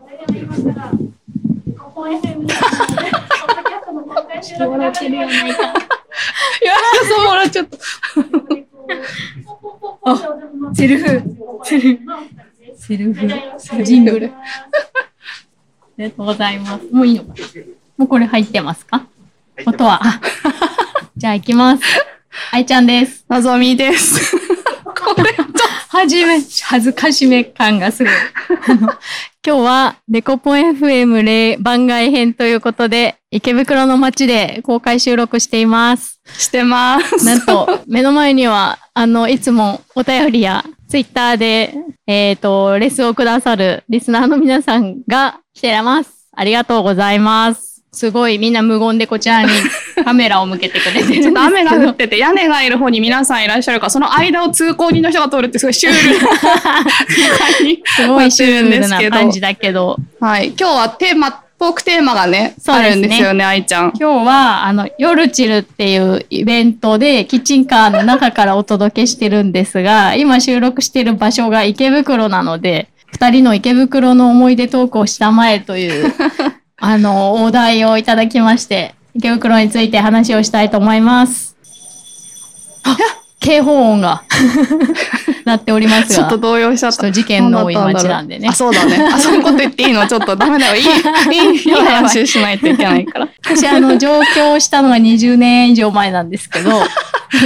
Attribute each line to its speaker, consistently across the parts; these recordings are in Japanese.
Speaker 1: ってましたら、ここ FM の、ポッドキャストの公開収録が始まりました。
Speaker 2: いや、そう、笑っちゃった。
Speaker 1: セルフ。
Speaker 3: セルセルフ。
Speaker 1: ジング
Speaker 2: ル
Speaker 1: ル。
Speaker 3: ありがとうございます。もういいのかなもうこれ入ってますか音は。 あじゃあ行きます。愛ちゃんです。
Speaker 2: なぞみです。
Speaker 3: はじめ、恥ずかしめ感がすごい。あの今日はデコポン FM 例番外編ということで、池袋の街で公開収録しています。
Speaker 2: し てます。
Speaker 3: なんと、目の前には、あの、いつもお便りや、ツイッターで、えっ、と、レスをくださるリスナーの皆さんが来てます。ありがとうございます。すごい、みんな無言でこちらにカメラを向けてくれてるんですけ
Speaker 2: ちょ
Speaker 3: ど。
Speaker 2: っと雨が降ってて、屋根がいる方に皆さんいらっしゃるから、その間を通行人の人が通るってすごいシュールな
Speaker 3: すごいシュールな感じだけど、
Speaker 2: はい。今日はテーマ、トークテーマがね、
Speaker 3: そう
Speaker 2: あ
Speaker 3: ですね
Speaker 2: るんですよね、愛ちゃん。
Speaker 3: 今日は、あの、夜チルっていうイベントで、キッチンカーの中からお届けしてるんですが、 今収録してる場所が池袋なので、二人の池袋の思い出トークをしたまえと いう、あの、お題をいただきまして、池袋について話をしたいと思います。あ警報音 が鳴っております
Speaker 2: ちょ
Speaker 3: が、
Speaker 2: っ
Speaker 3: ちょ
Speaker 2: と
Speaker 3: っ
Speaker 2: 動揺しちゃった
Speaker 3: と。事件の多い街なんでね
Speaker 2: あ、。そうだね。あ、そのこと言っていいのちょっとダメだ よ。いい、いい、いい話をしないといけないから。
Speaker 3: 私、あの、上京したのが20年以上前なんですけ ど、あ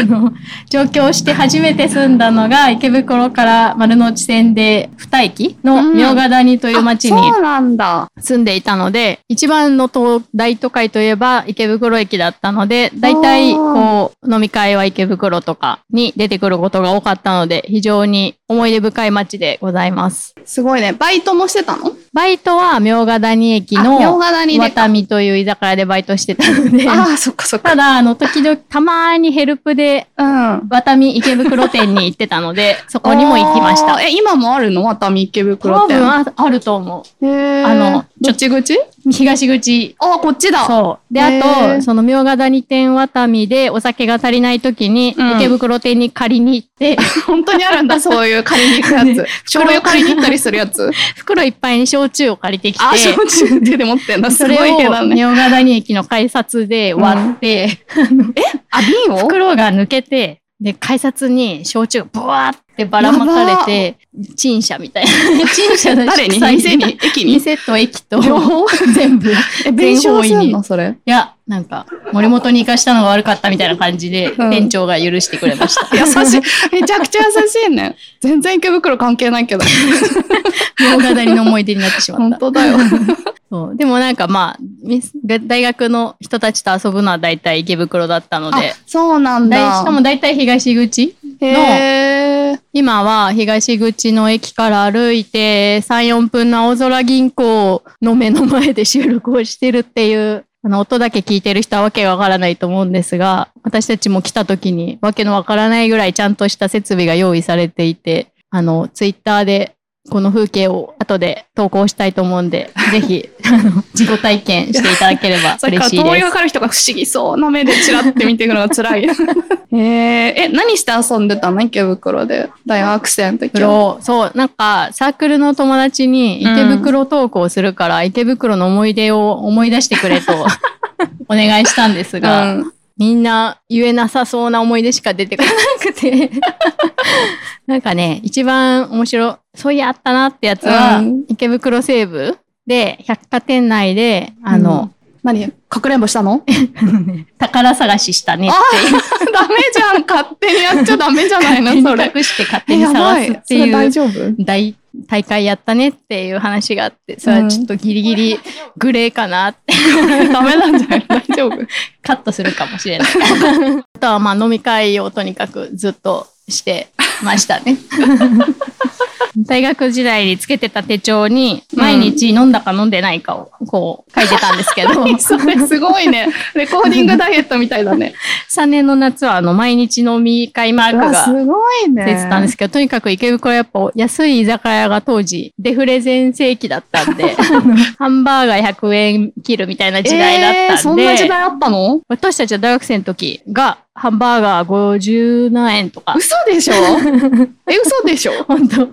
Speaker 3: の上京して初めて住んだのが池袋から丸の内線で二駅の
Speaker 2: うん
Speaker 3: 明賀谷という町に
Speaker 2: そうなんだ。
Speaker 3: 住んでいたので、一番の都大都会といえば池袋駅だったので、大体
Speaker 2: あー
Speaker 3: こう飲み会は池袋とかに出てくることが多かったので、非常に思い出深い町でございます。
Speaker 2: すごいね。バイトもしてたの
Speaker 3: バイトは明賀谷駅
Speaker 2: あ明
Speaker 3: の
Speaker 2: 賀谷で
Speaker 3: 渡
Speaker 2: か。
Speaker 3: 見という居酒屋でバイトしてたので、
Speaker 2: ああ、そっかそっか。
Speaker 3: ただ、あの、時々、たまにヘルプで、
Speaker 2: うん。
Speaker 3: ワタミ池袋店に行ってたの で、そこにも行きました
Speaker 2: あー。え、今もあるのワタミ池袋
Speaker 3: 多
Speaker 2: 店。
Speaker 3: 分ああると思
Speaker 2: へー
Speaker 3: あの
Speaker 2: どっち口
Speaker 3: う。東口。
Speaker 2: あ、こっちだ。
Speaker 3: そう。で、
Speaker 2: へ
Speaker 3: あ
Speaker 2: ー
Speaker 3: と、その、明賀谷店ワタミでお酒が足りない時に、
Speaker 2: うん
Speaker 3: 池袋店に借りに行 って、
Speaker 2: 本当にあるんだ、そういう借りに行 くや
Speaker 3: ね
Speaker 2: つ。醤油借りに行ったりするやつ。
Speaker 3: 袋いっぱいに焼酎を借りてき
Speaker 2: あ、
Speaker 3: て、
Speaker 2: 焼酎手で持ってんだ。す
Speaker 3: そ
Speaker 2: ご
Speaker 3: れ
Speaker 2: い
Speaker 3: を
Speaker 2: 家だね。
Speaker 3: 明賀谷駅の改札で割って、
Speaker 2: あ、瓶を
Speaker 3: 袋が抜けて、で、改札に焼酎がブワーってばらまかれて、陳謝みたいな。 陳謝だし
Speaker 2: 誰に
Speaker 3: 臭い
Speaker 2: 店に駅に
Speaker 3: 店と 駅と
Speaker 2: 両方
Speaker 3: 全部。い
Speaker 2: え、弁償す
Speaker 3: 全方
Speaker 2: ん
Speaker 3: 位
Speaker 2: の
Speaker 3: に
Speaker 2: それ。
Speaker 3: や、なんか、森本に行かしたのが悪かったみたいな感じで、
Speaker 2: うん
Speaker 3: 店長が許してくれ ました。
Speaker 2: 優し い。めちゃくちゃ優しいね。全然池袋関係ない けど。
Speaker 3: 洋画だりの思い出になってしまっ
Speaker 2: 本
Speaker 3: た。
Speaker 2: 当だよ。
Speaker 3: そうでもなんかまあ、み大学の人たちと遊ぶのは大体池袋だったの
Speaker 2: あ
Speaker 3: で、、
Speaker 2: そうなん
Speaker 3: だい
Speaker 2: だ。
Speaker 3: しかも大体東口
Speaker 2: へー
Speaker 3: 今は東口の駅から歩いて3、4分の青空銀行の目の前で収録をしてるっていう、あの音だけ聞いてる人はわけがわからないと思うんですが、私たちも来た時にわけのわからないぐらいちゃんとした設備が用意されていて、あの、ツイッターでこの風景を後で投稿したいと思うんで、ぜひ、あの、自己体験していただければ
Speaker 2: さっき
Speaker 3: 嬉
Speaker 2: から
Speaker 3: し
Speaker 2: 通
Speaker 3: い
Speaker 2: り
Speaker 3: で
Speaker 2: が
Speaker 3: す。
Speaker 2: かる人が不思議そうな目でチラって見てくのが 辛い。へーえ、何して遊んでたの池袋で。大学生の時は。
Speaker 3: 袋そう、なんか、サークルの友達に池袋投稿するから、池袋の思い出を思い出してくれ とお願いしたんですが、
Speaker 2: うん
Speaker 3: みんな言えなさそうな思い出しか出てこなく て、なんかね、一番面白い、そういやあったなってやつは、
Speaker 2: うん
Speaker 3: 池袋西部で、百貨店内で、あの、
Speaker 2: 何かくれんぼしたの
Speaker 3: 宝探ししたねっていう
Speaker 2: ダメじゃん勝手にやっちゃダメじゃないの それ。
Speaker 3: 隠して勝手
Speaker 2: え、
Speaker 3: に
Speaker 2: やば
Speaker 3: 探
Speaker 2: い
Speaker 3: すっ。
Speaker 2: そ
Speaker 3: て
Speaker 2: れ
Speaker 3: いう
Speaker 2: 大丈夫
Speaker 3: 大大会やったねっていう話があって、それはちょっとギリギリグレーかなって、
Speaker 2: ダメなんじゃない大丈夫
Speaker 3: カットするかもしれない。あとはまあ飲み会をとにかくずっとしてましたね。大学時代につけてた手帳に毎日飲んだか飲んでないかをこう書いてたんですけど、
Speaker 2: それすごいね。レコーディングダイエットみたいだね。
Speaker 3: 3年の夏はあの毎日飲み会マーク
Speaker 2: うわ
Speaker 3: が
Speaker 2: すごいね。
Speaker 3: 出てたんですけど、とにかく池袋はやっぱ安い居酒屋が当時デフレ全盛期だったん で、あのハンバーガー100円切るみたいな時代だ
Speaker 2: えー
Speaker 3: った
Speaker 2: そ
Speaker 3: ん
Speaker 2: ん
Speaker 3: で、
Speaker 2: な時代あったの
Speaker 3: 私たちは大学生の時がハンバーガー50何円とか、
Speaker 2: 嘘でしょえ、嘘でしょ
Speaker 3: 本当さっ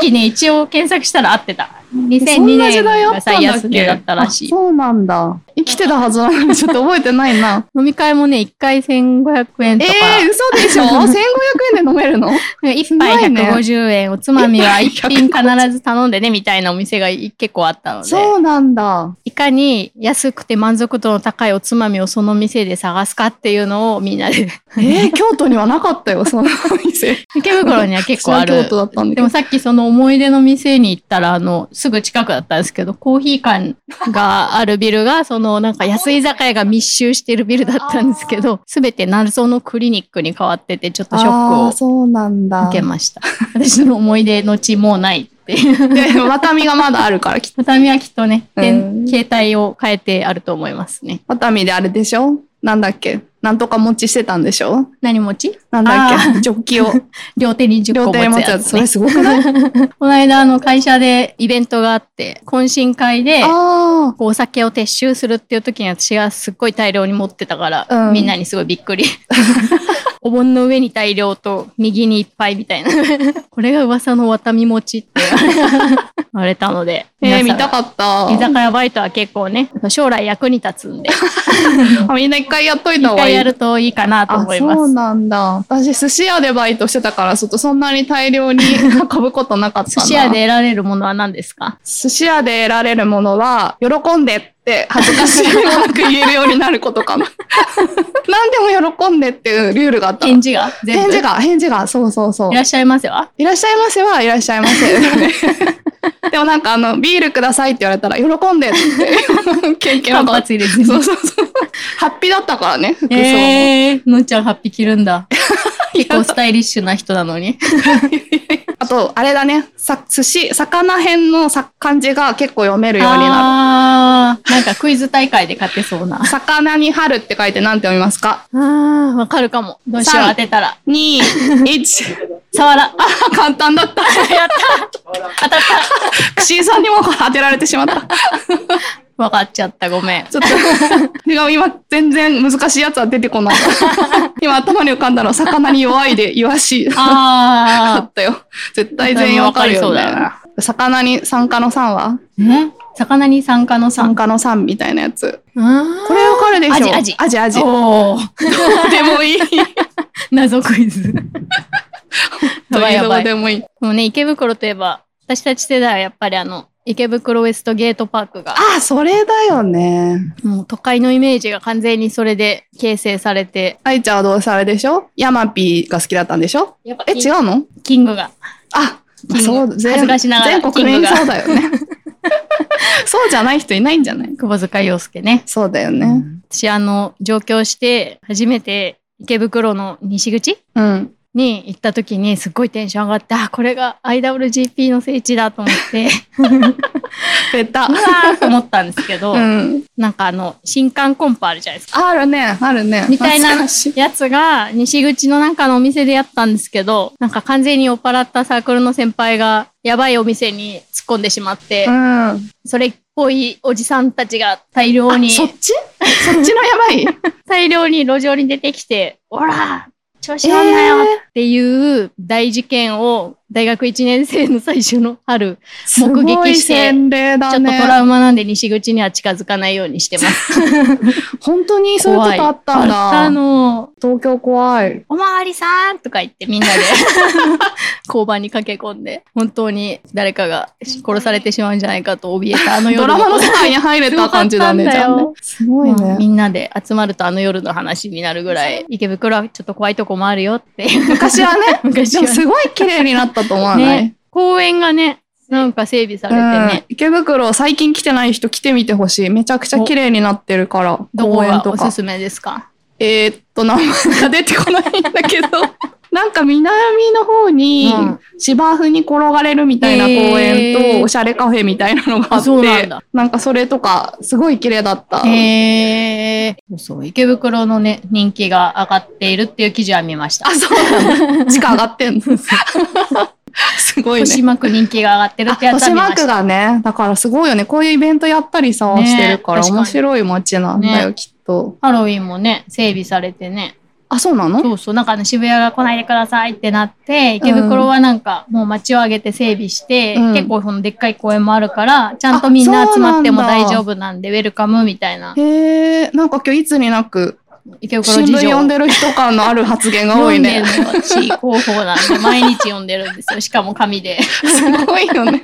Speaker 3: きね、一応検索したら合ってた。
Speaker 2: そん
Speaker 3: 2002
Speaker 2: な時
Speaker 3: 年
Speaker 2: 代
Speaker 3: が
Speaker 2: あったん
Speaker 3: 最
Speaker 2: だっ
Speaker 3: 安
Speaker 2: け
Speaker 3: 値だったらし
Speaker 2: あ
Speaker 3: い。
Speaker 2: そうなんだ。生きてたはずなのにちょっと覚えてな いな。
Speaker 3: 飲み会もね、1回1500円
Speaker 2: え
Speaker 3: とか、
Speaker 2: ー、嘘 でしょ ?1500 円で飲めるの
Speaker 3: 1杯
Speaker 2: すごいね
Speaker 3: 150円、おつまみは
Speaker 2: 一
Speaker 3: 1
Speaker 2: 杯
Speaker 3: 品必ず頼んでね、みたいなお店が結構あったので、
Speaker 2: そうな んだ。
Speaker 3: いかに安くて満足度の高いおつまみをその店で探すかっていうのをみんな で、
Speaker 2: えー、京都にはなかったよ、そんなお店。
Speaker 3: 池袋には 結構あ
Speaker 2: 私は
Speaker 3: る
Speaker 2: 京。都だったんだけ
Speaker 3: で
Speaker 2: ど
Speaker 3: も。さっきその思い出の店に行ったら、あの、すぐ近くだったんですけど、コーヒー館があるビルが、そのなんか安い酒屋が密集してるビルだったんですけど、すべて謎のクリニックに変わってて、ちょっとショ
Speaker 2: あー
Speaker 3: ック
Speaker 2: そうなん
Speaker 3: を
Speaker 2: だ。
Speaker 3: 受けました。私の思い出の地もうないって いう。
Speaker 2: で、畳がまだあるから、きっと
Speaker 3: 畳はきっとね、
Speaker 2: うん
Speaker 3: 点携帯を変えてあると思いますね。
Speaker 2: 畳であれでしょなんだっけなんとか持ちしてたんでしょ
Speaker 3: 何持ち
Speaker 2: なんだっけジョッ キを
Speaker 3: 両手に10
Speaker 2: 両
Speaker 3: 個
Speaker 2: 手に持
Speaker 3: 持
Speaker 2: つ
Speaker 3: つや
Speaker 2: や
Speaker 3: つ、
Speaker 2: つ。
Speaker 3: ね。
Speaker 2: それすごくない
Speaker 3: この間、あの、会社でイベントがあって、懇親会で、
Speaker 2: ああ。
Speaker 3: こうお酒を撤収するっていう時に私がすっごい大量に持ってたから、
Speaker 2: うん
Speaker 3: みんなにすごいびっ くり。お盆の上に大量と右にいっぱいみ たいな。これが噂の渡み餅って言われたので。
Speaker 2: え
Speaker 3: 皆
Speaker 2: ー、見
Speaker 3: さん
Speaker 2: たかった。
Speaker 3: 居酒屋バイトは結構ね、将来役に立つんで、
Speaker 2: あ みんな一回やっといた
Speaker 3: 一
Speaker 2: 方が
Speaker 3: 回
Speaker 2: いい。
Speaker 3: やるといいかなと
Speaker 2: あ、
Speaker 3: 思いま
Speaker 2: そう
Speaker 3: す。
Speaker 2: なんだ。私、寿司屋でバイトしてたから、ちょっとそんなに大量に 運ぶことなかった
Speaker 3: 寿
Speaker 2: な。
Speaker 3: 司屋で。得られるものは何ですか
Speaker 2: 寿司屋で得られるものは、喜んでって恥ずかしいもなく言えるようになること かな。何でも喜んでっていうルールがあったの。
Speaker 3: 返事が全部
Speaker 2: 返事が、返事が、そうそうそう
Speaker 3: いら。っしゃいますよ。
Speaker 2: いらっしゃいませはいらっしゃいませ。 でもなんかあの、ビールくださいって言われたら、喜んでって。経験
Speaker 3: 間
Speaker 2: なかっ
Speaker 3: 髪入
Speaker 2: た。
Speaker 3: れずに
Speaker 2: そうそうそう。ハッピーだったからね、服装も。
Speaker 3: えー、のんちゃんハッピー着るん だ。結構スタイリッシュな人なのに。
Speaker 2: あと、あれだね。さ、寿司、魚編のさ漢字が結構読めるようになる。
Speaker 3: あーなんかクイズ大会で勝てそうな。
Speaker 2: 魚に春って書いて何て読みますか
Speaker 3: あーわかるかも。どうしよう
Speaker 2: 三
Speaker 3: 当てたら。
Speaker 2: ?2、1。
Speaker 3: サワ ラ。あ、
Speaker 2: 簡単だった。
Speaker 3: やった当たった
Speaker 2: 串井さんにも当てられてしまった。
Speaker 3: わかっちゃった、ごめん。
Speaker 2: ちょっと、違う、今、全然難しいやつは出てこ ない。今、頭に浮かんだのは、魚に弱いで、イワシ。あ
Speaker 3: あ
Speaker 2: ったよ。絶対全員わかるよ
Speaker 3: わかりそうだ
Speaker 2: ね。魚に酸化の酸は
Speaker 3: ー。ん魚に酸化の
Speaker 2: 酸
Speaker 3: 酸。
Speaker 2: 化の酸みたいなやつ。
Speaker 3: あ
Speaker 2: これわかるでしょ
Speaker 3: アジアジ
Speaker 2: アジアジ。ど
Speaker 3: おー
Speaker 2: うでもいい。
Speaker 3: 謎クイズ。 やばいやば
Speaker 2: どう
Speaker 3: い。
Speaker 2: でもいい。
Speaker 3: もうね、池袋といえば、私たち世代はやっぱりあの、池袋ウエストゲートパークが、
Speaker 2: あ、それだよね。
Speaker 3: もう都会のイメージが完全にそれで形成されて、
Speaker 2: 愛ちゃんはどうせあれでしょヤマピーが好きだったんでしょえ、違うの
Speaker 3: キングが。
Speaker 2: あ
Speaker 3: キン、グ
Speaker 2: そう、
Speaker 3: 恥ず
Speaker 2: 全
Speaker 3: かしながら
Speaker 2: 全国
Speaker 3: キン
Speaker 2: 民
Speaker 3: グが
Speaker 2: そうだよね。 そうじゃない人いないんじゃない
Speaker 3: 久保塚洋介ね。
Speaker 2: そうだよ
Speaker 3: う
Speaker 2: ね。
Speaker 3: ん私、あの、上京して、初めて池袋の西口
Speaker 2: うん。
Speaker 3: に行った時に、すっごいテンション上がって、あ、これが IWGP の聖地だと思 って、
Speaker 2: ベタ
Speaker 3: う。わーと思ったんですけど、
Speaker 2: うん。
Speaker 3: なんかあの、新刊コンパあるじゃないですか。
Speaker 2: あるね、あるね。
Speaker 3: みたいな
Speaker 2: 懐かしい
Speaker 3: やつが、西口のなんかのお店でやったんですけど、なんか完全に酔っ払ったサークルの先輩が、やばいお店に突っ込んでしまって、
Speaker 2: うん。
Speaker 3: それっぽいおじさんたちが大量に
Speaker 2: あ、そっちそっちのや ばい
Speaker 3: 大量に路上に出てきて、おら調子乗んなよっていう大事件を大学1年生の最初の春、
Speaker 2: すごい洗礼
Speaker 3: ちょ
Speaker 2: だ
Speaker 3: っとト
Speaker 2: ね。
Speaker 3: ラウマなんで西口には近づかないようにしてます。
Speaker 2: 本当にそういうこ
Speaker 3: 怖い。
Speaker 2: とあったん
Speaker 3: あった
Speaker 2: だ。
Speaker 3: の。
Speaker 2: 東京怖い。
Speaker 3: おまわりさんとか言って みんなで交番に駆け込んで、本当に誰かが殺されてしまうんじゃないかと怯えたあの夜
Speaker 2: ドラマの世界に入れた感じだ
Speaker 3: す
Speaker 2: ね、
Speaker 3: ご
Speaker 2: じ
Speaker 3: かった
Speaker 2: ゃ
Speaker 3: んだ
Speaker 2: あね
Speaker 3: よ。
Speaker 2: すごい
Speaker 3: まあみ
Speaker 2: ね。
Speaker 3: んなで集まるとあの夜の話になるぐらい、池袋はちょっと怖いとこもあるよっていう。
Speaker 2: 昔は ね、
Speaker 3: 昔
Speaker 2: で
Speaker 3: は
Speaker 2: もすごい綺麗になったと思わない
Speaker 3: ね、公園がね、なんか整備されて
Speaker 2: うん
Speaker 3: ね、
Speaker 2: 池袋最近来てない人来てみてほしい。めちゃくちゃ綺麗になってるから、
Speaker 3: どこ
Speaker 2: 公園
Speaker 3: が
Speaker 2: と
Speaker 3: おす
Speaker 2: か。
Speaker 3: すめです か
Speaker 2: えーっと、名前が出てこないんだけど、 なんか南の方に
Speaker 3: うん
Speaker 2: 芝生に転がれるみたいな公園
Speaker 3: へー
Speaker 2: と、おしゃれカフェみたいなのがあ
Speaker 3: あ
Speaker 2: って、
Speaker 3: そうなんだ
Speaker 2: なんかそれとか、すごい綺麗だった。
Speaker 3: へえー、そう、池袋のね、人気が上がっているっていう記事は見ました。
Speaker 2: あ、そうなんだ。地下上がっ てんの。すごいね。
Speaker 3: 豊島区人気が上がってるって
Speaker 2: あ
Speaker 3: や
Speaker 2: 豊
Speaker 3: つは見
Speaker 2: 島
Speaker 3: ま
Speaker 2: 区
Speaker 3: した。
Speaker 2: がね、だからすごいよね。こういうイベントやったりさ、
Speaker 3: ね
Speaker 2: してるから
Speaker 3: 確かに
Speaker 2: 面白い街なんだよ、きっと。
Speaker 3: ハロウィンもね、整備されてね。
Speaker 2: あ、そうなの
Speaker 3: そうそう、なんかあの渋谷が来ないでくださいってなって、池袋はなんかもう街を挙げて整備して、
Speaker 2: うん
Speaker 3: 結構このでっかい公園もあるから、ちゃんとみんな集まっても大丈夫なんで、ウェルカムみたいな、
Speaker 2: へえ、なんか今日いつになく、
Speaker 3: 池袋
Speaker 2: 新
Speaker 3: 事
Speaker 2: 聞
Speaker 3: 情
Speaker 2: 読んでる人感のある発言が多 いね。
Speaker 3: 読んでるの私、広報なんで、毎日読んでるんです よ。しかも紙で。
Speaker 2: すごいよね。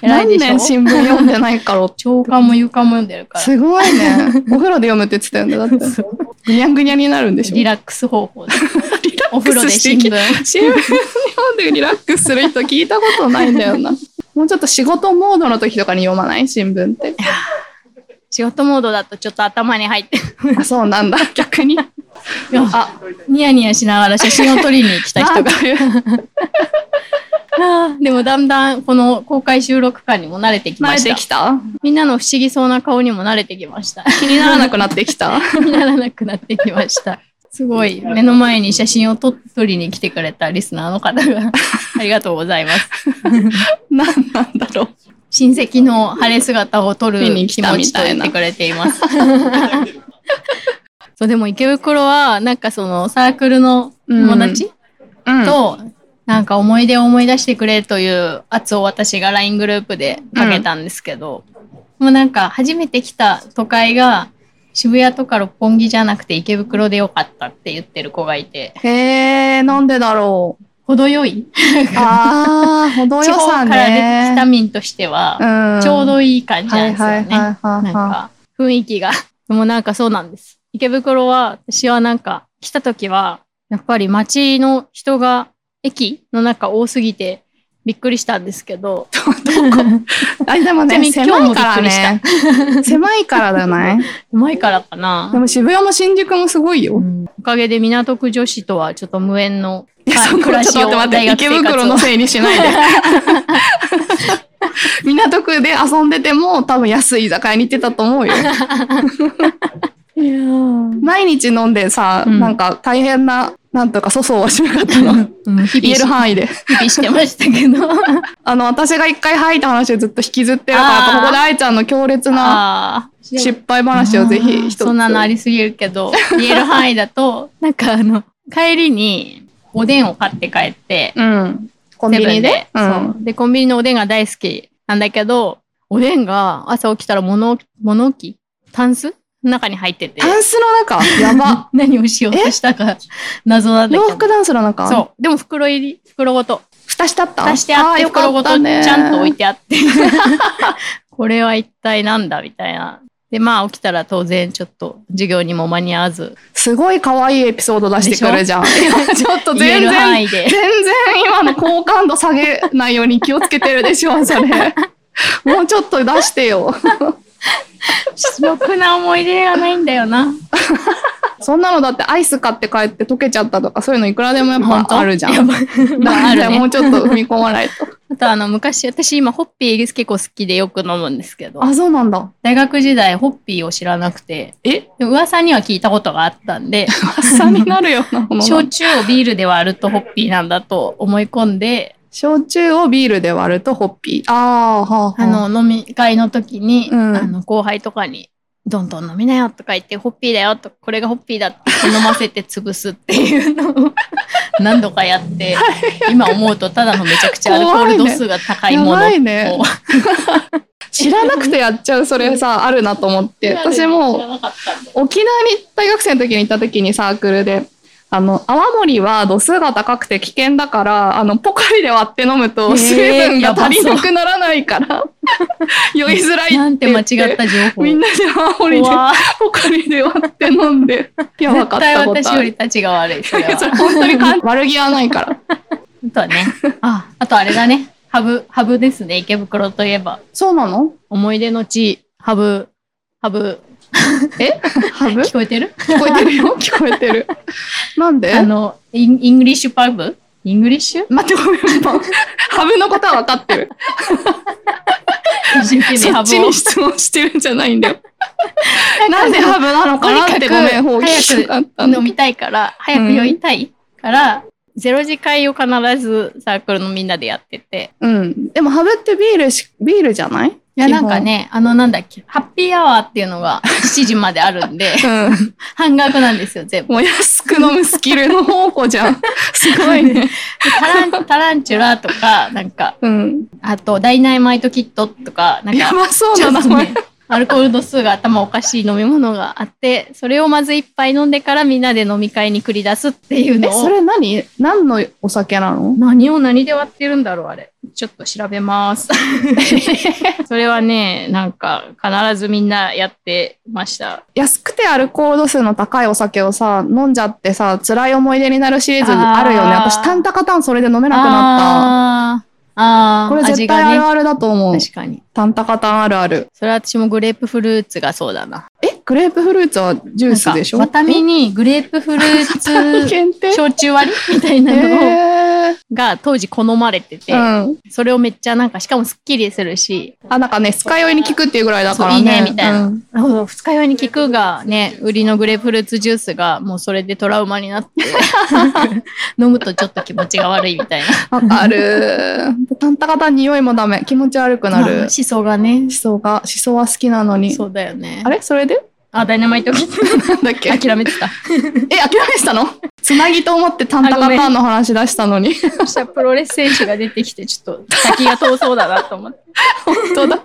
Speaker 3: 偉いで
Speaker 2: 何
Speaker 3: しょ
Speaker 2: 年新聞読んでないから
Speaker 3: 朝刊も夕刊も読んでるから。
Speaker 2: すごいね。お風呂で読むって言ってたよね。だって、 ぐにゃんぐにゃになるんでしょ。
Speaker 3: リラックス方法で。お風呂で新
Speaker 2: リ
Speaker 3: 聞
Speaker 2: ラ。新聞読んでリラックスする人聞いたことないん だよな。もうちょっと仕事モードの時とかに読まない新聞って。
Speaker 3: 仕事モードだとちょっと頭に入って。
Speaker 2: あ、そうなんだ。逆に。
Speaker 3: あ、ニヤニヤしながら写真を撮りに来た人が。
Speaker 2: が。
Speaker 3: でもだんだんこの公開収録感にも慣れてき
Speaker 2: 慣
Speaker 3: ま
Speaker 2: れ
Speaker 3: してた。
Speaker 2: きた
Speaker 3: みんなの不思議そうな顔にも慣れてきま した。
Speaker 2: 気にならなくなってきた。
Speaker 3: 気にならなくなってきました。 すごい、目の前に写真を撮撮りに来てくれたリスナーの方 が、ありがとうございます。
Speaker 2: 何なんだろう。
Speaker 3: 親戚の晴れ姿を撮る
Speaker 2: 見に来
Speaker 3: 気
Speaker 2: た
Speaker 3: 持
Speaker 2: み
Speaker 3: ちと
Speaker 2: たい
Speaker 3: 言っ
Speaker 2: な
Speaker 3: てくれています。そう、でも池袋は、なんかそのサークルの友達
Speaker 2: うん、
Speaker 3: と、なんか思い出を思い出してくれという圧を私が LINE グループでかけたんですけど、もうなんか初めて来た都会が渋谷とか六本木じゃなくて池袋でよかったって言ってる子がいて、
Speaker 2: へえ、なんでだろう。
Speaker 3: 程よい
Speaker 2: ああ、程
Speaker 3: 地
Speaker 2: よ
Speaker 3: 方
Speaker 2: さ
Speaker 3: から来た
Speaker 2: ね。
Speaker 3: 民としては、
Speaker 2: うん
Speaker 3: ちょうどいい感じなんですよね。
Speaker 2: はいはいはいはいはい
Speaker 3: なんか、雰囲気が。 でもなんかそうなんです。池袋は、私はなんか、来た時は、やっぱり街の人が、駅の中多すぎて、びっくりしたんですけ ど、
Speaker 2: あ、で
Speaker 3: ちな
Speaker 2: も
Speaker 3: み
Speaker 2: ね、
Speaker 3: に
Speaker 2: 狭
Speaker 3: 今
Speaker 2: いか
Speaker 3: 日
Speaker 2: ら
Speaker 3: もびっ
Speaker 2: ね。 狭いからじゃない
Speaker 3: 前からか
Speaker 2: で
Speaker 3: な。
Speaker 2: も渋谷も新宿もすごいよ。
Speaker 3: うんおかげで港区女子とはちょっと無縁の
Speaker 2: いや、そこちょっと
Speaker 3: 暮らし
Speaker 2: 待っ
Speaker 3: を
Speaker 2: て待っ
Speaker 3: 大
Speaker 2: て、
Speaker 3: 学
Speaker 2: 池
Speaker 3: 生活
Speaker 2: 袋の
Speaker 3: を
Speaker 2: せいにしないで。 港区で遊んでても多分安い居酒屋に行ってたと思うよ。毎日飲んでさ、
Speaker 3: うん
Speaker 2: なんか大変な、なんとか粗相はしなかったの。
Speaker 3: うん日
Speaker 2: 言える
Speaker 3: 々
Speaker 2: 範囲で。
Speaker 3: 日々してましたけ ど。
Speaker 2: あの、私が一回吐いた話をずっと引きずってるから、
Speaker 3: あー
Speaker 2: ここで愛ちゃんの強烈な
Speaker 3: あー
Speaker 2: 失敗話をぜ
Speaker 3: あ
Speaker 2: ひ
Speaker 3: ー
Speaker 2: 一つ。
Speaker 3: そんなのありすぎるけど、言える範囲だと、なんかあの、帰りにおでんを買って帰って、
Speaker 2: うん。コンビニで
Speaker 3: セ。ブ
Speaker 2: う
Speaker 3: ンで,、
Speaker 2: ん。
Speaker 3: そうで、コンビニのおでんが大好きなんだけど、おでんが朝起きたら物置、物置タンスの中に入ってて、
Speaker 2: タンスの中、や ば。
Speaker 3: 何をしようとしたか謎なんだ
Speaker 2: 洋
Speaker 3: け
Speaker 2: 服
Speaker 3: ど。
Speaker 2: ダンスの中
Speaker 3: そう。でも袋入り、袋ごと。
Speaker 2: 蓋してあった
Speaker 3: 出してあって、
Speaker 2: ーよか
Speaker 3: 袋ご
Speaker 2: っ
Speaker 3: と
Speaker 2: た
Speaker 3: ち
Speaker 2: ね
Speaker 3: ゃんと置いてあって。 これは一体なんだみたいな。で、まあ起きたら当然ちょっと授業にも間に合わず、
Speaker 2: すごい可愛いエピソード出してくる じゃん。いやちょっと
Speaker 3: 言え
Speaker 2: 全
Speaker 3: る
Speaker 2: 然、
Speaker 3: 範囲で
Speaker 2: 全。然今の好感度下げないように気をつけてるでしょ、 それ。もうちょっと出してよ。
Speaker 3: ろくな思い出がないんだよな。
Speaker 2: そんなのだってアイス買って帰って溶けちゃったとかそういうのいくらでもやっ
Speaker 3: 本当
Speaker 2: ぱあるじゃ
Speaker 3: や
Speaker 2: ん。
Speaker 3: ばい
Speaker 2: だ
Speaker 3: まああ
Speaker 2: か
Speaker 3: る
Speaker 2: らも
Speaker 3: ね
Speaker 2: う。ちょっと踏み込まない と。
Speaker 3: あとあの昔、私今ホッピー結構好きでよく飲むんですけど、
Speaker 2: あ、そうなんだ。
Speaker 3: 大学時代ホッピーを知らなくて、
Speaker 2: え
Speaker 3: で噂には聞いたことがあったんで、
Speaker 2: 発散になるよう なものが。
Speaker 3: 焼酎をビールで割るとホッピーなんだと思い込んで、
Speaker 2: 焼酎をビールで割るとホッピー。ああ、はあ、は
Speaker 3: あの、飲み会の時に、
Speaker 2: うん
Speaker 3: あの、後輩とかに、どんどん飲みなよとか言って、ホッピーだよと、これがホッピーだって飲ませて潰すっていう のを何度かやって、今思うとただのめちゃくちゃアルコール度数が高いもの
Speaker 2: 怖い
Speaker 3: を、
Speaker 2: ねやばいね知らなくてやっちゃう、それさ、あるなと思って。私も
Speaker 3: 知 らなかったんだ
Speaker 2: 沖縄に大学生の時に行った時にサークルで、あの、泡盛は度数が高くて危険だから、あの、ポカリで割って飲む
Speaker 3: へ
Speaker 2: と
Speaker 3: ー
Speaker 2: 水分が足りなくならないから、酔いづらいって言って。
Speaker 3: なんて間違った情報。
Speaker 2: みんなで泡盛で、
Speaker 3: 怖い
Speaker 2: ポカリで割って飲んで、やばか
Speaker 3: 絶
Speaker 2: っ
Speaker 3: 対
Speaker 2: たこと
Speaker 3: 私
Speaker 2: あ
Speaker 3: よ
Speaker 2: る。
Speaker 3: り立ちが悪い、それは。
Speaker 2: それ本当にかん悪気はないから。
Speaker 3: あとはね、あ、あとあれだね、ハブ、ハブですね、池袋といえば。
Speaker 2: そうなの
Speaker 3: 思い出の地、ハブ、ハブ、
Speaker 2: えハブ
Speaker 3: 聞こえてる
Speaker 2: 聞こえて るよ。聞こえてる。なんで
Speaker 3: あの、インイングリッシュパブイングリッシュ
Speaker 2: 待ってごめん。 もうハブのことは分かってる。
Speaker 3: 一生懸命
Speaker 2: そ
Speaker 3: ハ
Speaker 2: っ
Speaker 3: ブ
Speaker 2: ち
Speaker 3: を
Speaker 2: に質問してるんじゃないんだよ。なんでハブなのかなってごめん、
Speaker 3: と
Speaker 2: 方
Speaker 3: にかく
Speaker 2: 聞きたかった
Speaker 3: 飲
Speaker 2: の。
Speaker 3: みたいから、早く酔いたいから、ゼロ次会を必ずサークルのみんなでやってて、
Speaker 2: うん。でもハブってビールし、ビールじゃない
Speaker 3: や、なんかね、あの、なんだっけ、ハッピーアワーっていうのが7時まであるんで、
Speaker 2: うん。
Speaker 3: 半額なんですよ、全部。
Speaker 2: もう安く飲むスキルの宝庫じゃん。 すごいね。
Speaker 3: でタランタランチュラとか、なんか、
Speaker 2: うん。
Speaker 3: あと、ダイナマイトキットとか、なん
Speaker 2: や
Speaker 3: か、
Speaker 2: ばそう
Speaker 3: ち
Speaker 2: な
Speaker 3: ょっ
Speaker 2: 名
Speaker 3: と
Speaker 2: 前
Speaker 3: ね。、アルコール度数が頭おかしい飲み物があって、それをまず一杯飲んでからみんなで飲み会に繰り出すっていう
Speaker 2: え、
Speaker 3: の
Speaker 2: そ
Speaker 3: を、
Speaker 2: れ何何のお酒なの
Speaker 3: 何を何で割ってるんだろう、あれ。ちょっと調べ ます。それはね、なんか、必ずみんなやってました。
Speaker 2: 安くてアルコール度数の高いお酒をさ、飲んじゃってさ、辛い思い出になるシリーズあるよね。
Speaker 3: あー
Speaker 2: 私、タンタカタンそれで飲めなくなっ
Speaker 3: あーあ
Speaker 2: た。
Speaker 3: ー、
Speaker 2: これ絶対あ
Speaker 3: 味
Speaker 2: る
Speaker 3: がね、
Speaker 2: あるだと思う。
Speaker 3: 確かに。
Speaker 2: タンタカタンあるある。
Speaker 3: それは私もグレープフルーツがそうだな。
Speaker 2: え、グレープフルーツはジュースでしょ
Speaker 3: なんかワタミにグレープフルー
Speaker 2: え
Speaker 3: ツ
Speaker 2: 限定
Speaker 3: 焼酎割り みたいなのを
Speaker 2: え
Speaker 3: が当時好まれてて、
Speaker 2: ー、うん。
Speaker 3: それをめっちゃなんか、しかもスッキリするし、
Speaker 2: あ、なんかね、二日酔いに効くっていうぐらいだからね。
Speaker 3: そういいねみたいな
Speaker 2: うん
Speaker 3: なるほど、二日酔いに効くがね、売りのグレープフルーツジュースがもうそれでトラウマにな って、飲むとちょっと気持ちが悪いみたいな。
Speaker 2: わ かる。タンタカタン匂いもダメ。気持ち悪くな
Speaker 3: まあ
Speaker 2: る
Speaker 3: 思。想がね
Speaker 2: シ。ソが、シソは好きなのに。
Speaker 3: そうだよね。
Speaker 2: あれそれで
Speaker 3: あ、ダイナマイトキッ
Speaker 2: なんだっけ
Speaker 3: ト諦めてた。
Speaker 2: え、諦めて たのつなぎと思ってタンタカタンの話出したのに。
Speaker 3: そしたらプロレス選手が出てきて、ちょっと先が遠そうだなと思って。
Speaker 2: 本当 だ。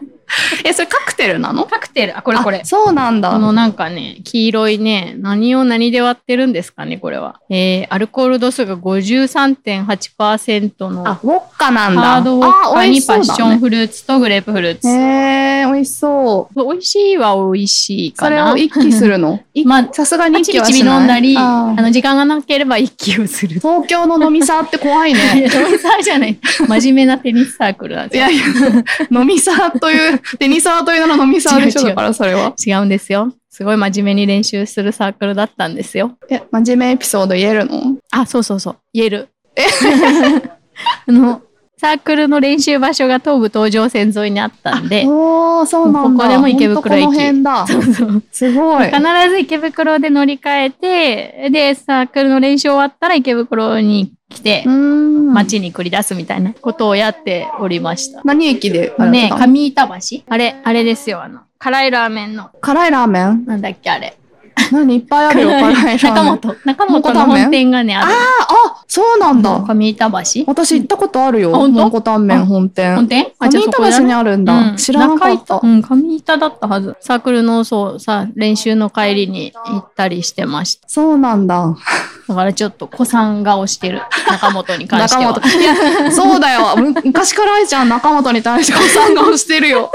Speaker 2: え、それカクテルなの
Speaker 3: カクテル、あ、これこれ
Speaker 2: あ。そうなんだ。
Speaker 3: このなんかね、黄色いね、何を何で割ってるんですかね、これは。えー、アルコール度数が53.8%の
Speaker 2: あ、ウォッカなんだ。
Speaker 3: ハードウォッ
Speaker 2: あ
Speaker 3: カ
Speaker 2: 美味
Speaker 3: に
Speaker 2: しそ
Speaker 3: パ
Speaker 2: う
Speaker 3: ッ
Speaker 2: だ
Speaker 3: ションフルーツとグレープフルーツ。
Speaker 2: ねへー、美味しそう。
Speaker 3: 美味しいは美味しい
Speaker 2: そ
Speaker 3: か
Speaker 2: れを
Speaker 3: な。
Speaker 2: 一気す るの一
Speaker 3: まあ、
Speaker 2: さすがに一
Speaker 3: ち
Speaker 2: 気
Speaker 3: び
Speaker 2: は
Speaker 3: ちび
Speaker 2: しない
Speaker 3: 飲んだり、あ
Speaker 2: あー
Speaker 3: の、時間がなければ一気をする。
Speaker 2: 東京の飲みサーって 怖い
Speaker 3: い
Speaker 2: ね。
Speaker 3: やテニスサーじゃない。真面目なテニスサークルなん
Speaker 2: い
Speaker 3: で
Speaker 2: やいや、飲みサーという、テニサーという名の飲みサーでしょ
Speaker 3: 違う違う
Speaker 2: だからそれは。
Speaker 3: すよ。違うんですよ。すごい真面目に練習するサークルだったんですよ。
Speaker 2: え、真面目エピソード言えるの
Speaker 3: あ、そうそうそう。言える。 あの、サークルの練習場所が東武東上線沿いにあったんで、
Speaker 2: おー、そうなんだ。
Speaker 3: ここでも池袋駅
Speaker 2: ほんとこの辺だ。
Speaker 3: そうそう
Speaker 2: すごい。
Speaker 3: 必ず池袋で乗り換えて、で、サークルの練習終わったら池袋に来て
Speaker 2: う、ーん。
Speaker 3: 街に繰り出すみたいなことをやっておりました。
Speaker 2: 何駅でやって
Speaker 3: ね
Speaker 2: たの
Speaker 3: 上板橋あれ、あれですよ、あの、辛いラーメンの、
Speaker 2: 辛いラーメン
Speaker 3: なんだっけ、あれ。
Speaker 2: 何いっぱいあるよ、辛いラーメン。
Speaker 3: 中本。中本の本店がね、ある。
Speaker 2: ああ、そうなんだ。
Speaker 3: 上板橋
Speaker 2: 私行ったことあるよ。
Speaker 3: あ本当
Speaker 2: 蒙古タンメン本
Speaker 3: 本
Speaker 2: 店。
Speaker 3: 店
Speaker 2: 上
Speaker 3: そ
Speaker 2: 板
Speaker 3: こだ
Speaker 2: 橋
Speaker 3: ね
Speaker 2: にあるんだ。知らなかっ
Speaker 3: 中
Speaker 2: た
Speaker 3: 板。うん、上板だったはず。サークルの、そう、さ、練習の帰りに行ったりしてました。
Speaker 2: そうなん だ。
Speaker 3: だからちょっと、子さん顔してる。中本に関して
Speaker 2: 中
Speaker 3: は。
Speaker 2: 本。いや、そうだよ。む昔から愛ちゃん中本に対しておさん顔してる よ。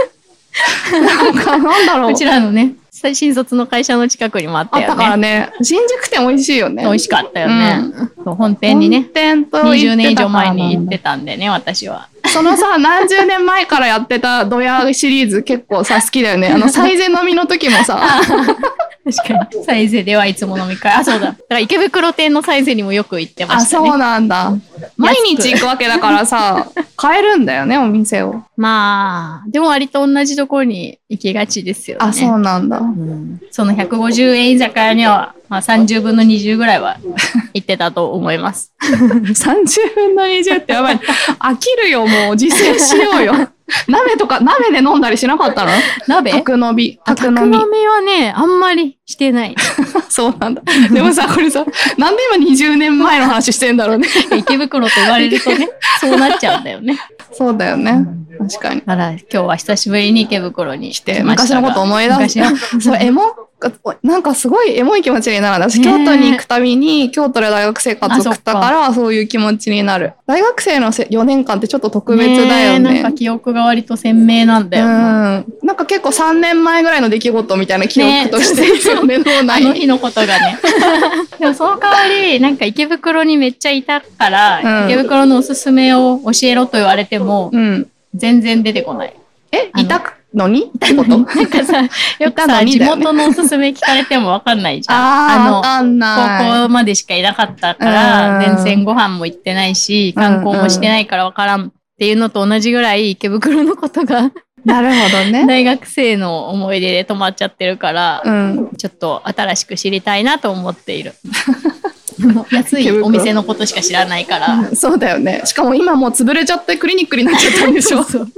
Speaker 2: なんか、なんだろう
Speaker 3: う。ちらのね、新卒の会社の近くにもあっ
Speaker 2: あ
Speaker 3: た
Speaker 2: っ
Speaker 3: よね。
Speaker 2: たからね。新宿店美味しいよね。
Speaker 3: 美味しかったよね。そう本店にね
Speaker 2: 本。店と
Speaker 3: 20
Speaker 2: 行
Speaker 3: 年
Speaker 2: って
Speaker 3: 以
Speaker 2: た
Speaker 3: 上
Speaker 2: から
Speaker 3: 前
Speaker 2: なんだ
Speaker 3: に行ってたんでね、私は。
Speaker 2: そのさ、何十年前からやってたドヤシリーズ結構さ、好きだよ ね。あの、最善飲みの時もさ、
Speaker 3: 確かに。サイゼではいつも飲み会。あ、そうだ。だから池袋店のサイゼにもよく行ってま
Speaker 2: あ、
Speaker 3: したね。
Speaker 2: そうなんだ。毎日行くわけだからさ、変えるんだよね、お店を。
Speaker 3: まあ、でも割と同じところに行きがちですよね。
Speaker 2: あ、そうなんだ。
Speaker 3: うんその150円居酒屋には、まあ、30分の20ぐらいは 行ってたと思います。
Speaker 2: 30分の20ってやばい。飽きるよ、もう。自炊しよ うよ。鍋とか、鍋で飲んだりしなかったの
Speaker 3: 鍋
Speaker 2: 宅飲み。宅飲
Speaker 3: 飲
Speaker 2: み
Speaker 3: み。はね、あんまりしてない。
Speaker 2: そうなんだ。でもさ、これさ、なんで今20年前の話してんだろうね。
Speaker 3: 池袋と言われるとね、そうなっちゃうんだよ ね。
Speaker 2: そうだよね。確かに。
Speaker 3: だから今日は久しぶりに池袋に
Speaker 2: 来
Speaker 3: 来
Speaker 2: て、
Speaker 3: て
Speaker 2: 昔のこと思い出
Speaker 3: 昔の
Speaker 2: して、そう、エモ、なんかすごいエモい気持ちになるんだ。私、
Speaker 3: ね
Speaker 2: 京都に行くたびに、京都で大学生活を送ったから、そういう気持ちになる。大学生の4年間ってちょっと特別だよ
Speaker 3: なん
Speaker 2: ね。
Speaker 3: か記憶が割と鮮明なんだよな。
Speaker 2: うん。なんか結構3年前ぐらいの出来事みたいな記憶
Speaker 3: ね
Speaker 2: として、ね、目の
Speaker 3: あ
Speaker 2: 内
Speaker 3: の
Speaker 2: に。
Speaker 3: 日のことが ね。でもその代わり、なんか池袋にめっちゃいたから、
Speaker 2: うん
Speaker 3: 池袋のおすすめを教えろと言われても、
Speaker 2: うん。
Speaker 3: 全然出てこ ない。
Speaker 2: え、
Speaker 3: あの
Speaker 2: いたのにってこと
Speaker 3: なんかさ、 よく
Speaker 2: いたの
Speaker 3: さ、
Speaker 2: に
Speaker 3: 地
Speaker 2: だよね
Speaker 3: 元のおすすめ聞かれてもわかんないじゃん。
Speaker 2: あー、わ
Speaker 3: の、
Speaker 2: かんない。
Speaker 3: 高校までしかいなかったから、
Speaker 2: うん
Speaker 3: 全然ご飯も行ってないし、観光もしてないからわからんっていうのと同じぐらい池袋のことが、
Speaker 2: なるほどね。
Speaker 3: 大学生の思い出で止まっちゃってるから、
Speaker 2: うん。
Speaker 3: ちょっと新しく知りたいなと思っている。その安い
Speaker 2: 池袋
Speaker 3: お店のことしか知らないから。
Speaker 2: そうだよね。しかも今もう潰れちゃってクリニックになっちゃ ったんでしょ。そう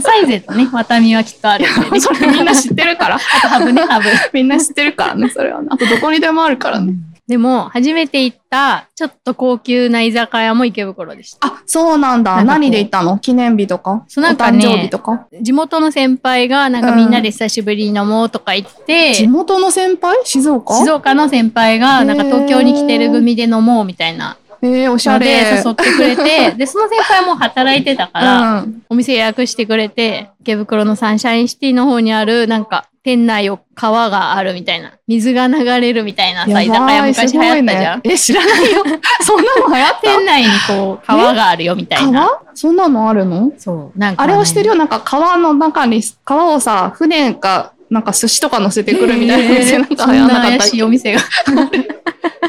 Speaker 3: サイゼとね、ワタミはきっとあるん でね。
Speaker 2: それみんな知ってるから。
Speaker 3: あとハブね、ハブ。
Speaker 2: みんな知ってるからね、それはね。あとどこにでもあるからね。
Speaker 3: でも、初めて行った、ちょっと高級な居酒屋も池袋でした。
Speaker 2: あ、そうなんだ。
Speaker 3: なんかこう
Speaker 2: 何で行ったの記念日とか
Speaker 3: そうなんかね
Speaker 2: お誕生日とか
Speaker 3: 地元の先輩が、なんかみんなで久しぶりに飲もうとか言って、
Speaker 2: 地元の先輩静岡
Speaker 3: 静岡の先輩
Speaker 2: へー
Speaker 3: が、なんか東京に来てる組で飲もうみたいな
Speaker 2: えー、おしゃ
Speaker 3: ので
Speaker 2: れ。
Speaker 3: 誘ってくれ て、で、その先輩も働いてたから、
Speaker 2: うん。
Speaker 3: お店予約してくれて、池袋のサンシャインシティの方にある、なんか、店内を川があるみたいな、水が流れるみたいなさ、居酒屋
Speaker 2: ばい
Speaker 3: 昔流行ったじゃん。
Speaker 2: すごいねえ、知らないよ。 そんなの流行っ
Speaker 3: 店内にこう、川があるよみた
Speaker 2: た
Speaker 3: いな。
Speaker 2: 川そんなのあるの
Speaker 3: そう、なんか、
Speaker 2: あれをしてるよ。なんか川の中に、川をさ、船か、なんか寿司とか乗せてくるみたいなお店なんか流行んなか
Speaker 3: そん
Speaker 2: っ
Speaker 3: な怪
Speaker 2: た
Speaker 3: しいお店が。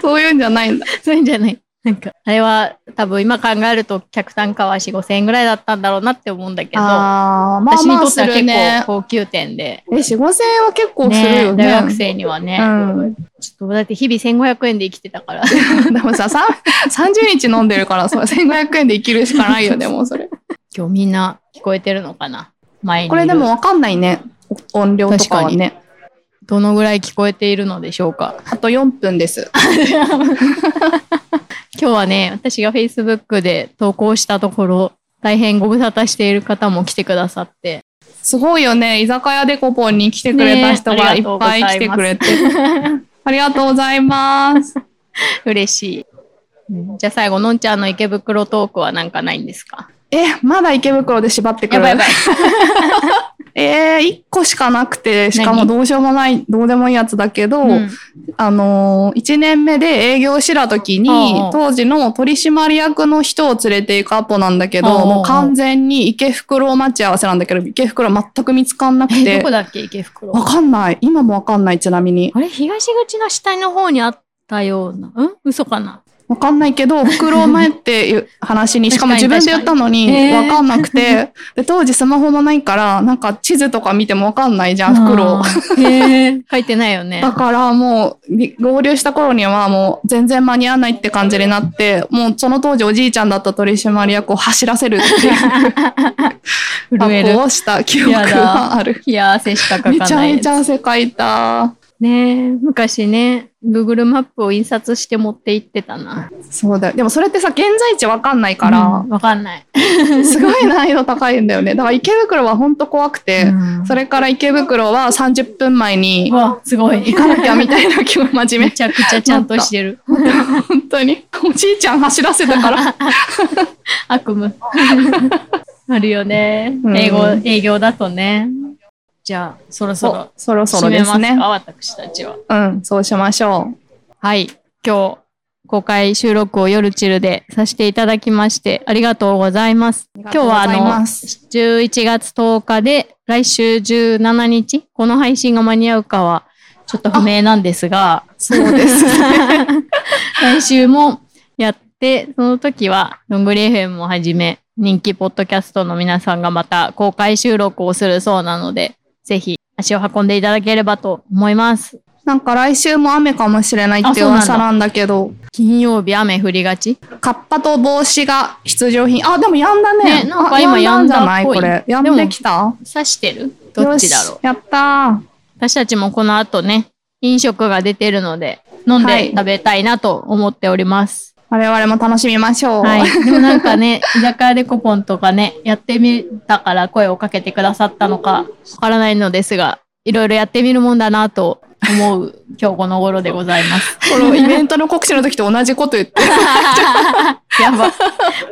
Speaker 2: そういうんじゃないんだ。
Speaker 3: そういうんじゃない。なんか、あれは多分今考えると客単価は4、5千円ぐらいだったんだろうなって思うんだけど、
Speaker 2: あー、まあ
Speaker 3: 私に
Speaker 2: ま
Speaker 3: と
Speaker 2: あ
Speaker 3: っ
Speaker 2: す
Speaker 3: ては
Speaker 2: る
Speaker 3: 結構
Speaker 2: ね。
Speaker 3: 高級店で。
Speaker 2: え、4、5千円は結構するよね。
Speaker 3: 大学生にはね、
Speaker 2: うん。
Speaker 3: ちょっとだって日々1500円で生きてたから。
Speaker 2: でもさ、さん30日飲んでるから、それ1500円で生きるしかない よね、もうそれ。
Speaker 3: 今日みんな聞こえてるのかな前にいる
Speaker 2: これでもわかんないね。音量とかはね。
Speaker 3: どのぐらい聞こえているのでしょうか
Speaker 2: あと4分です。
Speaker 3: 今日はね私が Facebook で投稿したところ大変ご無沙汰している方も来てくださって
Speaker 2: すごいよね。居酒屋デコポンに来てくれた人が
Speaker 3: ね
Speaker 2: いっぱい来てくれて。 ありがとうございます。
Speaker 3: 嬉しい、うんじゃあ最後のんちゃんの池袋トークはなんかないんですか
Speaker 2: え、まだ池袋で縛ってく
Speaker 3: や
Speaker 2: る。
Speaker 3: ばいやばい
Speaker 2: えー、1個しかなくて、しかも
Speaker 3: 何
Speaker 2: どうしようもない、どうでもいいやつだけど、
Speaker 3: うん
Speaker 2: あのー、1年目で営業してた時に
Speaker 3: おうおう、
Speaker 2: 当時の取締役の人を連れていくアポなんだけど、
Speaker 3: おうおうおう
Speaker 2: もう完全に池袋待ち合わせなんだけど、池袋全く見つかんなく
Speaker 3: えど
Speaker 2: て
Speaker 3: こ、だっけ池袋
Speaker 2: わかんない。今もわかんない、ちなみに。
Speaker 3: あれ東口の下の方にあったようなうん嘘かな
Speaker 2: わかんないけど、袋を前っていう話に、し
Speaker 3: 確
Speaker 2: か
Speaker 3: か
Speaker 2: も
Speaker 3: に
Speaker 2: 自分で言ったのに
Speaker 3: 確かに、へー
Speaker 2: わかんなくて、で、当時スマホもないから、なんか地図とか見てもわかんないじゃん、袋を
Speaker 3: あ。ーへー書いてないよね
Speaker 2: だからもう、り合流した頃にはもう全然間に合わないって感じになって、もうその当時おじいちゃんだった取締役を走らせるって
Speaker 3: 震
Speaker 2: いう
Speaker 3: え
Speaker 2: 格
Speaker 3: る
Speaker 2: 好をした記憶
Speaker 3: やだ
Speaker 2: がある。
Speaker 3: 冷や汗し か書かない
Speaker 2: めちゃめちゃ汗かいた。
Speaker 3: ねえ、昔ね、Google マップを印刷して持って行ってたな。
Speaker 2: そうだよ。でもそれってさ、現在地わかんないか
Speaker 3: うんわ、
Speaker 2: ら、
Speaker 3: かんない。
Speaker 2: すごい難易度高いんだよね。だから池袋はほんと怖くて、
Speaker 3: うん
Speaker 2: それから池袋は30分前に
Speaker 3: うわ、すご
Speaker 2: 行
Speaker 3: い。
Speaker 2: かなきゃみたいな気分真面
Speaker 3: めちゃくちゃちゃんとして る。
Speaker 2: 目。本当に。おじいちゃん走らせたから。
Speaker 3: 悪 夢。あるよね
Speaker 2: う。ん
Speaker 3: 英語、営業だとね。じゃあ、そろ そろ
Speaker 2: おそろそ
Speaker 3: 締
Speaker 2: ろ
Speaker 3: め
Speaker 2: で
Speaker 3: ますす
Speaker 2: ね。
Speaker 3: か、私たちは。
Speaker 2: うん、そうしましょ
Speaker 3: はい。今日、公開収録を夜チルでさせていただきまして、ありがとうございます。
Speaker 2: う。
Speaker 3: 今日はあの、11月10日で、来週17日、この配信が間に合うかは、ちょっと不明なんですが、
Speaker 2: そうです。
Speaker 3: 来週もやって、その時は、どんぐり FM をはじめ、人気ポッドキャストの皆さんがまた公開収録をするそうなので、ぜひ足を運んでいただければと思います。
Speaker 2: なんか来週も雨かもしれないっていう
Speaker 3: あそ
Speaker 2: 噂
Speaker 3: う
Speaker 2: な
Speaker 3: なん
Speaker 2: だけど、
Speaker 3: 金曜日雨降りがち
Speaker 2: カッパと帽子が必需品。あ、でもやんだ
Speaker 3: ね
Speaker 2: ね。
Speaker 3: なんか
Speaker 2: あ
Speaker 3: 今
Speaker 2: やんだんじゃない
Speaker 3: やんだっぽい
Speaker 2: これ。やんできた
Speaker 3: 刺してるどっちだろ
Speaker 2: よ
Speaker 3: う
Speaker 2: しやった
Speaker 3: 私たちもこの後ね、飲食が出てるので、飲ん
Speaker 2: は
Speaker 3: で
Speaker 2: い
Speaker 3: 食べたいなと思っております。
Speaker 2: ー。我々も楽しみましょう。
Speaker 3: はい。でもなんかね、 居酒屋でコポンとかね、やってみたから声をかけてくださったのか、わからないのですが、いろいろやってみるもんだなと思 う今日この頃でございます。
Speaker 2: このイベントの告知の時と同じこと言って、
Speaker 3: やば。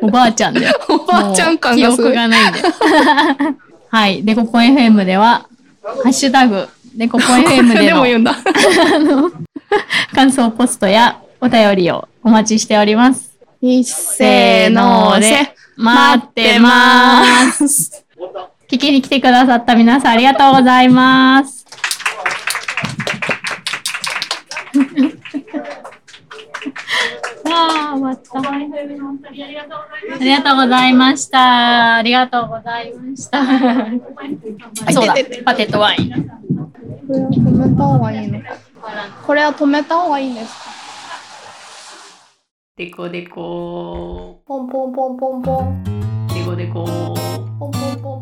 Speaker 3: おばあちゃんだよ。
Speaker 2: おばあちゃん感
Speaker 3: も
Speaker 2: が
Speaker 3: う
Speaker 2: す
Speaker 3: 記
Speaker 2: ご
Speaker 3: 憶
Speaker 2: い。
Speaker 3: がないんで。はい。で、コポン FM では、ハッシュタグ、で、コポン FM で
Speaker 2: でも
Speaker 3: の
Speaker 2: 言うんだ。
Speaker 3: 感想ポストやお便りをお待ちしております。
Speaker 2: せーので、
Speaker 3: 待ってまーす。
Speaker 2: す。
Speaker 3: 聞きに来てくださった皆さんありがとうございます。 わあ、終わった。
Speaker 1: 本
Speaker 3: あ
Speaker 1: 当にありがとうございま
Speaker 3: りがとうございました。ありがとうございました。
Speaker 2: い
Speaker 3: そうだ
Speaker 2: 出て、
Speaker 3: パテとワイン。
Speaker 2: これは止めた方がいいのか。これは止めた方がいいんですか
Speaker 4: デコデコ
Speaker 5: ポンポンポンポンポン
Speaker 4: デコデコ
Speaker 5: ポンポンポン